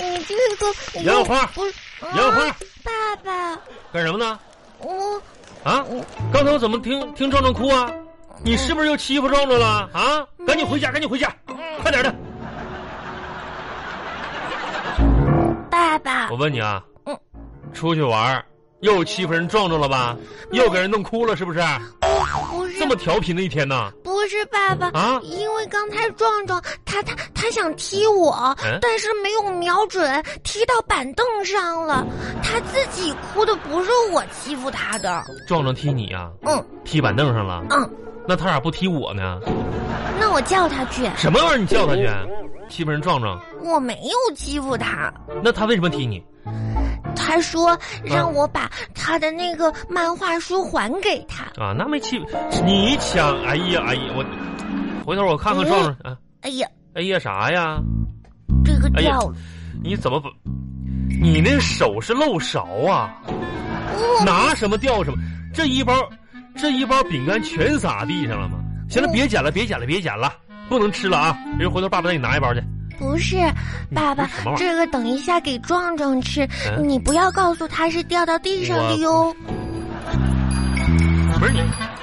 个杨花我我杨花啊爸爸，干什么呢？我啊，刚才我怎么听听壮壮哭啊？你是不是又欺负壮壮了啊？赶紧回家，赶紧回家，快点的！爸爸我问你啊嗯，出去玩儿又欺负人壮壮了吧？又给人弄哭了是不是？不是这么调皮的一天呢？不是爸爸啊因为刚才壮壮他他他想踢我，嗯但是没有瞄准，踢到板凳上了。他自己哭的，不是我欺负他的。壮壮踢你啊？嗯踢板凳上了？嗯，那他咋不踢我呢？那我叫他去，什么玩意儿？你叫他去？欺负人壮壮？我没有欺负他。那他为什么踢你？他说嗯让我把他的那个漫画书还给他。啊，那没欺负你抢？哎呀，哎呀，我回头我看看壮壮啊！哎呀，哎呀，啥呀？这个哎呀掉了。你怎么不？你那手是漏勺啊？哦拿什么掉什么？这一包，这一包饼干全撒地上了吗？行了，嗯别捡了，别捡了，别捡了，不能吃了啊！人回头爸爸带你拿一包去。不是，爸爸你说什么玩意儿，这个等一下给壮壮吃，嗯你不要告诉他是掉到地上的我哟。不是你，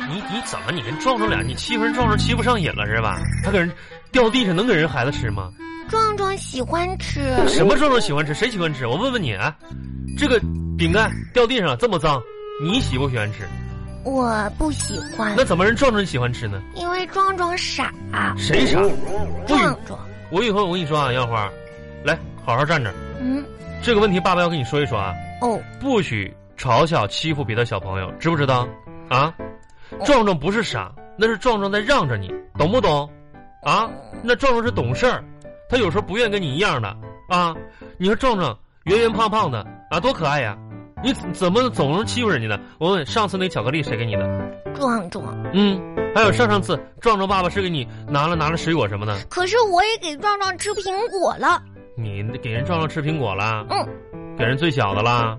你你怎么你跟壮壮俩，你欺负人壮壮欺负上瘾了是吧？他给人掉地上能给人孩子吃吗？壮壮喜欢吃，什么壮壮喜欢吃？谁喜欢吃？我问问你啊，这个饼干掉地上这么脏，你喜不喜欢吃？我不喜欢那，怎么人壮壮喜欢吃呢？因为壮壮傻。啊谁傻？不许壮壮，我以后我跟你说啊，杨花，来好好站着。嗯，这个问题爸爸要跟你说一说啊，哦，不许嘲笑欺负别的小朋友，知不知道？啊，壮壮不是傻，那是壮壮在让着你，懂不懂？啊，那壮壮是懂事儿，他有时候不愿意跟你一样的啊。你说壮壮圆圆胖胖的啊，多可爱呀、你怎怎么总是欺负人家呢？我问上次那巧克力谁给你的？壮壮。嗯，还有上上次壮壮爸爸是给你拿了拿了水果什么的？可是我也给壮壮吃苹果了，你给人壮壮吃苹果啦？嗯，给人最小的啦，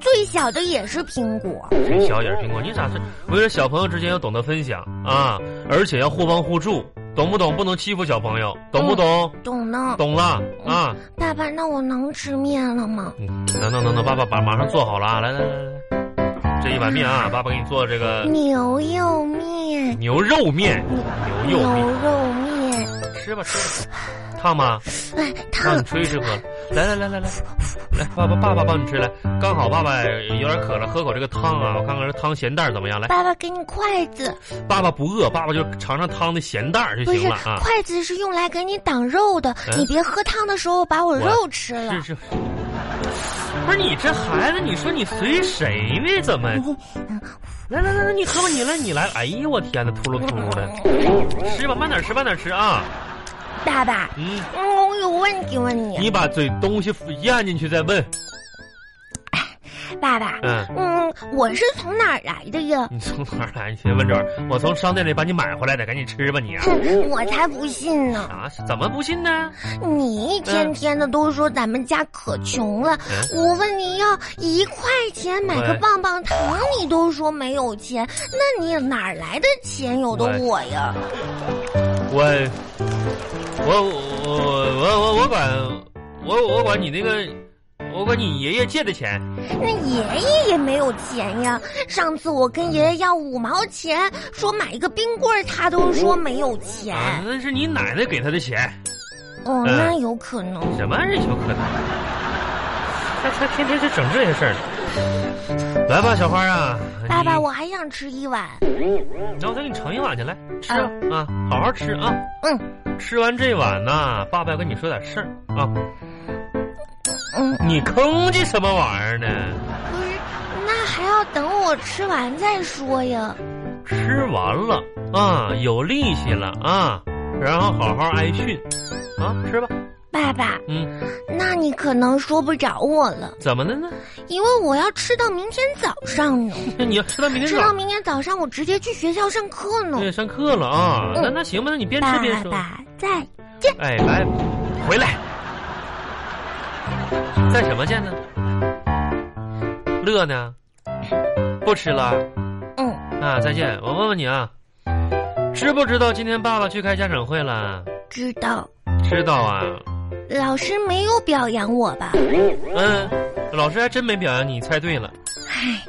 最小的也是苹果。最小也是苹果。你咋是？我跟你说，小朋友之间要懂得分享啊，而且要互帮互助，懂不懂？不能欺负小朋友，懂不懂？懂呢，懂了啊？爸爸，那我能吃面了吗？嗯等等等等，爸爸把马上做好了啊，来来来来来，这一碗面啊，爸爸给你做这个牛肉面，牛肉面，牛牛肉面，肉面，吃吧吃吧，烫吗？哎，让烫你，吹吃喝。来来来来来，来爸爸爸爸帮你吃来，刚好爸爸有点渴了，喝口这个汤啊，我看看这汤咸淡儿怎么样？来，爸爸给你筷子，爸爸不饿，爸爸就尝尝汤的咸淡儿就不行是了啊。筷子是用来给你挡肉的，嗯你别喝汤的时候把我我肉吃了是。是，不是你这孩子，你说你随谁呢？怎么？嗯来来来来，你喝吧，你来你来。哎呦我天哪，秃噜嗯秃噜哦的，吃吧，慢点吃，慢点吃啊。爸爸，嗯，嗯我有问题问你，你把嘴东西咽进去再问。爸爸。嗯，嗯，我是从哪儿来的呀？你从哪儿来？你先问这儿，我从商店里把你买回来的，赶紧吃吧你啊。哼，我才不信呢！啊，怎么不信呢？你一天天的都说咱们家可穷了，嗯我问你要一块钱买个喂棒棒糖，你都说没有钱，那你哪儿来的钱有的喂我呀？嗯我我我我我我管我我管你那个，我管你爷爷借的钱。那爷爷也没有钱呀。上次我跟爷爷要五毛钱，说买一个冰棍儿，他都说没有钱。啊，那是你奶奶给他的钱，哦，嗯那有可能。什么人有可能？他他天天就整这些事儿呢。来吧，小花啊，爸爸，你我还想吃一碗。那我再给你盛一碗去，来吃吧啊，好好吃啊。嗯吃完这碗呢，爸爸要跟你说点事儿啊。嗯，你吭叽什么玩意儿呢？不是，嗯那还要等我吃完再说呀。吃完了啊，有力气了啊，然后好好挨训啊，吃吧。爸爸，嗯，那你可能说不着我了，怎么的呢？ 因为我要吃到明天早上呢。那你要吃到 明天吃到早，明天早上，我直接去学校上课呢。对，上课了啊。那哦嗯那行吧，那你边吃爸边说。爸再哎，来，回来，干什么去呢？乐呢？不吃了嗯，啊！再见。我问问你啊，知不知道今天爸爸去开家长会了？知道。知道啊。老师没有表扬我吧？嗯，老师还真没表扬你，猜对了，唉，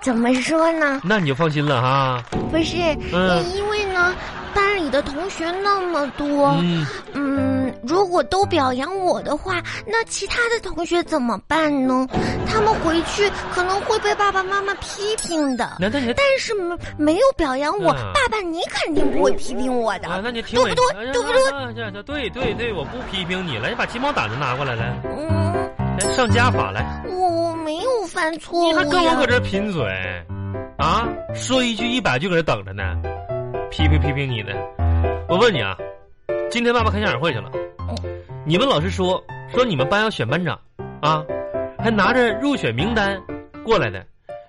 怎么说呢？那你就放心了哈。不是，嗯因为呢，班里的同学那么多，嗯，嗯，如果都表扬我的话，那其他的同学怎么办呢？他们回去可能会被爸爸妈妈批评的。难道你还但是没没有表扬我，嗯爸爸你肯定不会批评我的。啊？那你听我对不对哎呀对不对啊这这对对对，我不批评你了，你把鸡毛掸子拿过来，来，嗯，来上家法来。我我没有犯错误呀。你还跟我搁这贫嘴，啊？说一句一百句搁这等着呢，批评批评你的。我问你啊，今天爸爸开家长会去了，你们老师说说你们班要选班长，啊，还拿着入选名单过来的，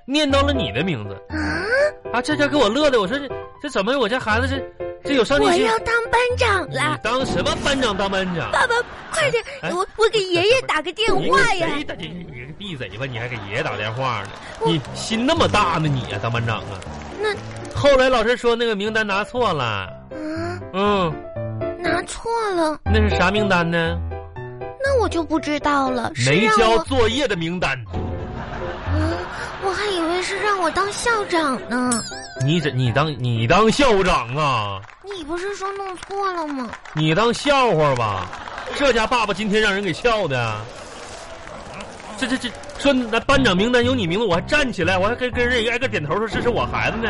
念叨了你的名字啊，啊，这家给我乐的，我说这这怎么我家孩子这这有上进我心？要当班长你了，当什么班长当班长？爸爸快点，嗯哎我我给爷爷打个电你话给呀。谁打你你个闭嘴吧！你还给爷爷打电话呢？你心那么大呢？你啊，当班长啊？那后来老师说那个名单拿错了，啊，嗯，拿错了，那是啥名单呢？那我就不知道了。是啊没让交我作业的名单。啊，我还以为是让我当校长呢。你这你当你当校长啊？你不是说弄错了吗？你当笑话吧？这家爸爸今天让人给笑的。这这这，说那班长名单有你名字，我还站起来，我还跟跟人挨个点头说这是我孩子呢。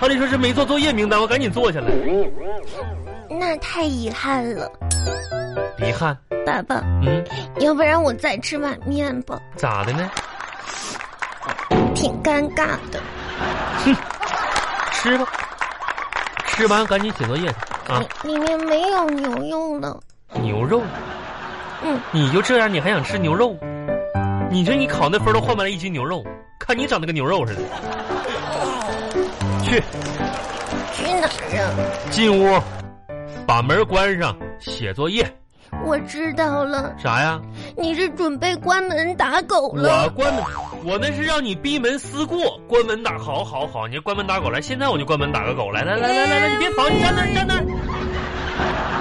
按理说是没做作业名单，我赶紧坐下来。那太遗憾了，遗憾，爸爸，嗯，要不然我再吃碗面吧，咋的呢？挺尴尬的。吃吧，吃完赶紧写作业去啊！里里面没有牛肉了。牛肉，嗯，你就这样，你还想吃牛肉？你这你考那分都换不来一斤牛肉，看你长得跟牛肉似的。去去哪儿啊进屋，把门关上，写作业。啊？我知道了，啥呀？你是准备关门打狗我了？关门，我那是让你逼门思过，关门打，好好好，你关门打狗来，现在我就关门打个狗来，来来来来来，你别跑，你站那儿，你站那儿。